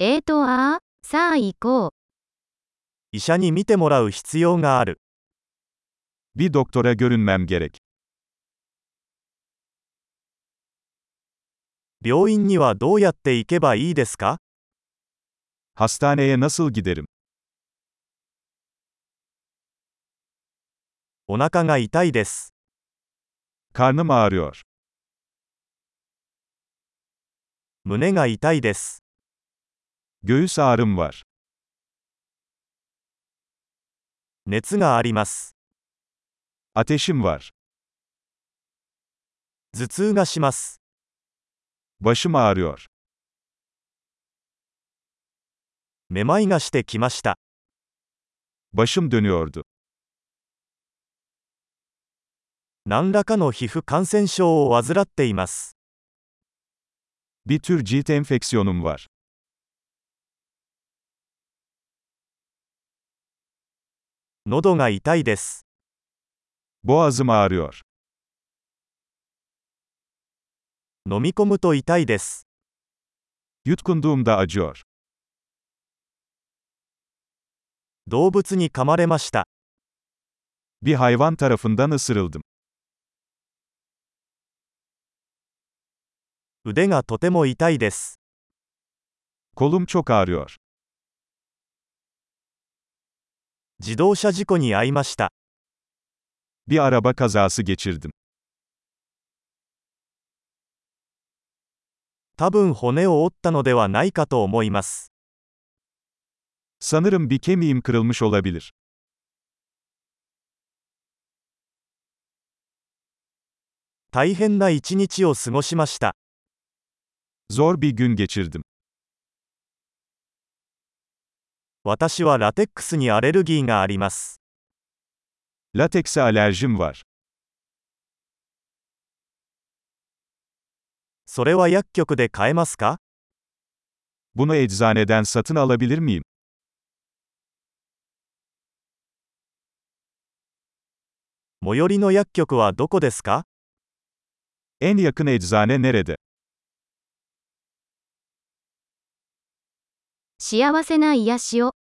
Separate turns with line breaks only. えーとあー、さあ行こう。
医者に診てもらう必要がある。
Bir doktora görünmem gerek.
病院にはどうやって行けばいいですか
Hastaneye nasıl giderim?
お腹が痛いです。
Karnım ağrıyor.
胸が痛いです。
Göğüs ağrım var.
熱があります。
Ateşim var.
頭痛がします。
Başım ağrıyor.
めまいがしてきました。
Başım dönüyordu.
何らかの皮膚感染症を患っています。
Bir tür cilt enfeksiyonum var.
喉が痛いです。
Boğazım ağrıyor.
飲み込むと痛いです。
Yutkunduğumda acıyor.
動物に噛まれました。
Bir hayvan tarafından ısırıldım.
腕がとても痛いです。
Kolum çok ağrıyor.
自動車事故に遭いました。
Bir araba kazası geçirdim.
多分骨を折ったのではないかと思います。
Sanırım bir kemiğim kırılmış olabilir.
大変な一日を過ごしました。
Zor bir gün geçirdim.
私はラテックスにアレルギーがあります。
Latekse alerjim var.
それは薬局で買えますか
Bunu eczaneden satın alabilir miyim?
最寄りの薬局はどこですか
En yakın eczane nerede?
幸せな癒しを。